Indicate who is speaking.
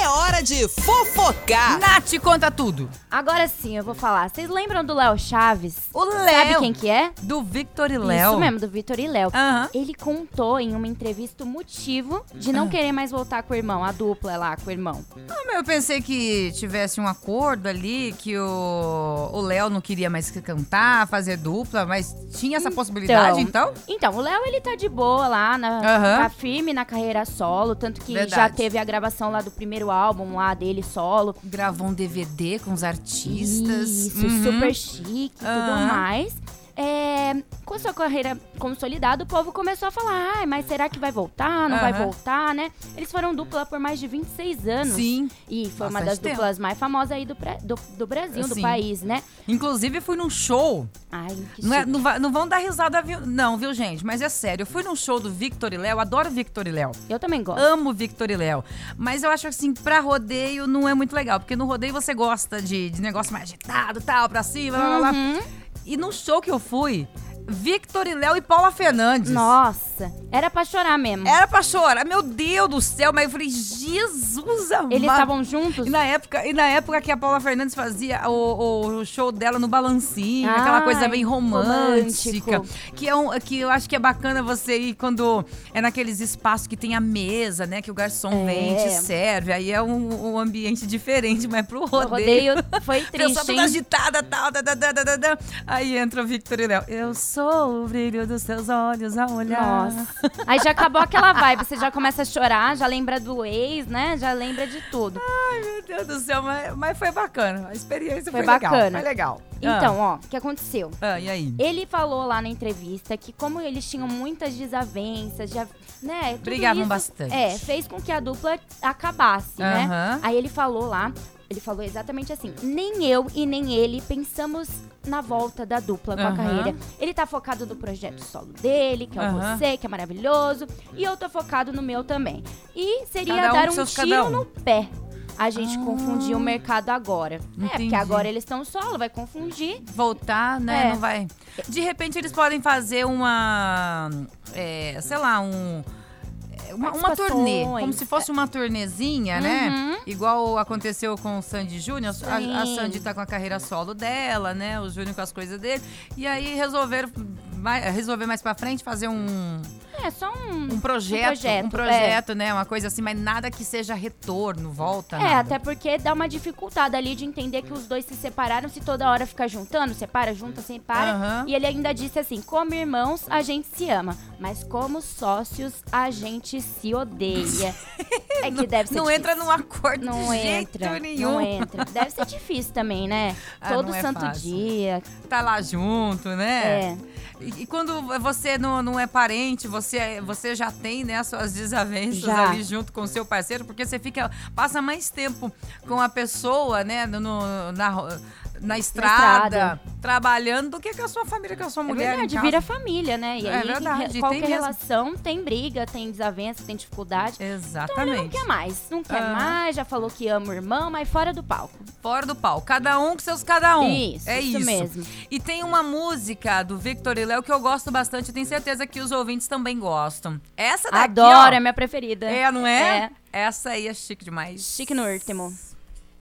Speaker 1: é hora de fofocar.
Speaker 2: Nath, conta tudo.
Speaker 3: Agora sim, eu vou falar. Vocês lembram do Léo Chaves?
Speaker 2: O Léo.
Speaker 3: Sabe quem que é?
Speaker 2: Do Victor e Léo.
Speaker 3: Isso mesmo, do Vitor e Léo.
Speaker 2: Aham.
Speaker 3: Ele contou em uma entrevista o motivo de não querer mais voltar com o irmão, a dupla lá com o irmão.
Speaker 2: Ah, mas Eu pensei que tivesse um acordo ali, que o o Léo não queria mais cantar, fazer dupla, mas tinha essa possibilidade, então?
Speaker 3: Então, o Léo, ele tá de boa lá, na,
Speaker 2: Aham.
Speaker 3: tá firme na carreira solo, tanto que já
Speaker 2: Verdade.
Speaker 3: teve a gravação lá do primeiro álbum lá dele solo.
Speaker 2: Gravou um DVD com os artistas.
Speaker 3: Isso,
Speaker 2: Uhum.
Speaker 3: super chique e
Speaker 2: Aham.
Speaker 3: tudo mais. É, com sua carreira consolidada, o povo começou a falar: ai, mas será que vai voltar? Não vai
Speaker 2: Aham.
Speaker 3: voltar, né? Eles foram dupla por mais de 26 anos.
Speaker 2: Sim.
Speaker 3: E foi uma
Speaker 2: Bastante
Speaker 3: das
Speaker 2: tempo.
Speaker 3: duplas mais famosas aí do, pre- do, do Brasil, do
Speaker 2: Sim.
Speaker 3: país, né?
Speaker 2: Inclusive, fui num show.
Speaker 3: Ai, que
Speaker 2: Não, é-
Speaker 3: chique.
Speaker 2: não va- não vão dar risada, viu? Não, viu, gente? Mas é sério. Eu fui num show do Victor e Léo. Adoro Victor e Léo.
Speaker 3: Eu também gosto.
Speaker 2: Amo Victor e Léo. Mas eu acho assim, pra rodeio não é muito legal. Porque no rodeio você gosta de, de negócio mais agitado, tal, pra cima, blá, blá, blá.
Speaker 3: Uhum.
Speaker 2: E no show que eu fui, Victor e Léo e Paula Fernandes.
Speaker 3: Nossa, era pra chorar mesmo.
Speaker 2: Era pra chorar. Meu Deus do céu. Mas eu falei, Jesus amado.
Speaker 3: Eles estavam juntos?
Speaker 2: E na, época, e na época que a Paula Fernandes fazia o, o show dela no balancinho, aquela
Speaker 3: Ai,
Speaker 2: coisa bem romântica.
Speaker 3: romântico.
Speaker 2: Que, é um, que eu acho que é bacana você ir quando é naqueles espaços que tem a mesa, né? Que o garçom
Speaker 3: É.
Speaker 2: vem e te serve. Aí é um, um ambiente diferente, mas pro
Speaker 3: O
Speaker 2: rodeio.
Speaker 3: rodeio foi
Speaker 2: a Pessoa
Speaker 3: triste,
Speaker 2: toda
Speaker 3: hein?
Speaker 2: agitada, tal, da, da, da, da, da, da. Aí entra o Victor e Léo. Eu sou o brilho dos seus olhos a olhar.
Speaker 3: Nossa. Aí já acabou aquela vibe, você já começa a chorar, já lembra do ex, né? Já lembra de tudo.
Speaker 2: Meu Deus do céu, mas, mas foi bacana. A experiência
Speaker 3: Foi
Speaker 2: foi,
Speaker 3: bacana.
Speaker 2: legal. Foi legal.
Speaker 3: Então, ó, o que aconteceu?
Speaker 2: Ah, ah, e aí?
Speaker 3: Ele falou lá na entrevista que como eles tinham muitas desavenças, já, né? tudo
Speaker 2: Brigavam
Speaker 3: isso,
Speaker 2: bastante.
Speaker 3: É, fez com que a dupla acabasse, né?
Speaker 2: Aham.
Speaker 3: Aí ele falou lá, ele falou exatamente assim: nem eu e nem ele pensamos na volta da dupla com a
Speaker 2: Aham.
Speaker 3: carreira. Ele tá focado no projeto solo dele, que é o
Speaker 2: Aham.
Speaker 3: você, que é maravilhoso, e eu tô focado no meu também. E seria
Speaker 2: Cada um
Speaker 3: dar
Speaker 2: com
Speaker 3: um
Speaker 2: seus
Speaker 3: tiro
Speaker 2: cada um. Ah.
Speaker 3: no pé. A gente confundiu o mercado agora. É, porque
Speaker 2: Entendi.
Speaker 3: agora eles estão solo, vai confundir.
Speaker 2: voltar, né?
Speaker 3: É.
Speaker 2: Não vai. De repente eles podem fazer uma. é, sei lá, um. é, Uma, uma turnê,
Speaker 3: Participações. Uhum.
Speaker 2: como se fosse uma turnezinha, né? Igual aconteceu com o Sandy Júnior. A- A,
Speaker 3: Sim.
Speaker 2: Sandy tá com a carreira solo dela, né? O Júnior com as coisas dele. E aí resolveram mai- resolver mais pra frente fazer um,
Speaker 3: É, só um.
Speaker 2: um projeto.
Speaker 3: projeto,
Speaker 2: um projeto, né? Uma coisa assim, mas nada que seja retorno, volta.
Speaker 3: É,
Speaker 2: Tá nada.
Speaker 3: até porque dá uma dificuldade ali de entender que os dois se separaram, se toda hora ficar juntando, separa, junta, separa.
Speaker 2: Aham.
Speaker 3: E ele ainda disse assim: como irmãos, a gente se ama, mas como sócios, a gente se odeia. é que deve ser
Speaker 2: Não
Speaker 3: difícil.
Speaker 2: entra num acordo
Speaker 3: Não
Speaker 2: de
Speaker 3: entra,
Speaker 2: jeito nenhum.
Speaker 3: não entra. Deve ser difícil também, né?
Speaker 2: Ah,
Speaker 3: Todo
Speaker 2: não é
Speaker 3: santo
Speaker 2: fácil.
Speaker 3: dia.
Speaker 2: tá lá junto, né?
Speaker 3: É.
Speaker 2: E, e quando você não, não é parente, você, é- você já tem né, as suas desavenças
Speaker 3: Já.
Speaker 2: ali junto com o seu parceiro, porque você fica passa mais tempo com a pessoa, né, no- no- na, ro- na estrada,
Speaker 3: estrada.
Speaker 2: trabalhando, do que com a sua família, com a sua
Speaker 3: É
Speaker 2: mulher. em
Speaker 3: verdade,
Speaker 2: casa.
Speaker 3: vira família, né? E
Speaker 2: É
Speaker 3: aí,
Speaker 2: verdade, tem
Speaker 3: qualquer
Speaker 2: mesmo.
Speaker 3: relação tem briga, tem desavença, tem dificuldade. Não
Speaker 2: Exatamente.
Speaker 3: quer mais, não quer
Speaker 2: Aham.
Speaker 3: mais, já falou que ama o irmão, mas fora do palco.
Speaker 2: Fora do pau. Cada um com seus cada um.
Speaker 3: Isso,
Speaker 2: é
Speaker 3: isso
Speaker 2: isso.
Speaker 3: mesmo.
Speaker 2: E tem uma música do Victor e Léo que eu gosto bastante, eu tenho certeza que os ouvintes também gostam. Essa daqui, ó.
Speaker 3: Adoro, é minha preferida.
Speaker 2: É, não é? Essa aí é chique demais.
Speaker 3: Chique no último.